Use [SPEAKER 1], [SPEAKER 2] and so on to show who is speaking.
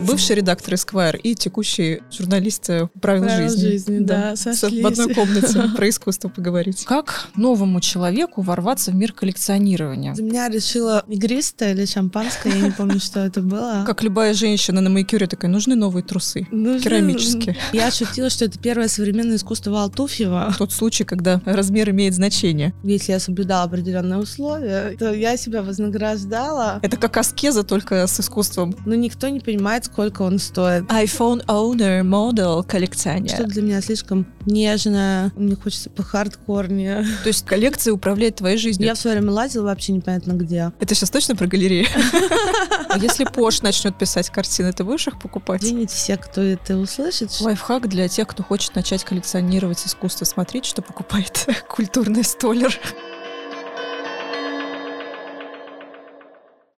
[SPEAKER 1] Бывший редактор Esquire и текущий журналист «Правил,
[SPEAKER 2] Правил
[SPEAKER 1] жизни».
[SPEAKER 2] жизни, да, сошлись.
[SPEAKER 1] В одной комнате про искусство поговорить.
[SPEAKER 3] Как новому человеку ворваться в мир коллекционирования?
[SPEAKER 2] За меня решила игристое или шампанское, я не помню, что это было.
[SPEAKER 1] Как любая женщина на маникюре такая, нужны новые трусы.
[SPEAKER 2] Нужно-
[SPEAKER 1] керамические.
[SPEAKER 2] Я шутила, что это первое современное искусство Алтуфьева.
[SPEAKER 1] Тот случай, когда размер имеет значение.
[SPEAKER 2] Если я соблюдала определенные условия, то я себя вознаграждала,
[SPEAKER 1] Это как аскеза, только с искусством.
[SPEAKER 2] но никто не понимает, сколько он стоит.
[SPEAKER 1] iPhone owner, model, коллекционер.
[SPEAKER 2] Что для меня слишком нежное, мне хочется по хардкорнее.
[SPEAKER 1] То есть коллекция управляет твоей жизнью.
[SPEAKER 2] Я в свое время лазила вообще непонятно где.
[SPEAKER 1] Это сейчас точно про галерею? А если Пош начнет писать картины, ты будешь их покупать?
[SPEAKER 2] Извините все, кто это услышит. что-
[SPEAKER 1] Лайфхак для тех, кто хочет начать коллекционировать искусство. Смотреть, что покупает культурный столер.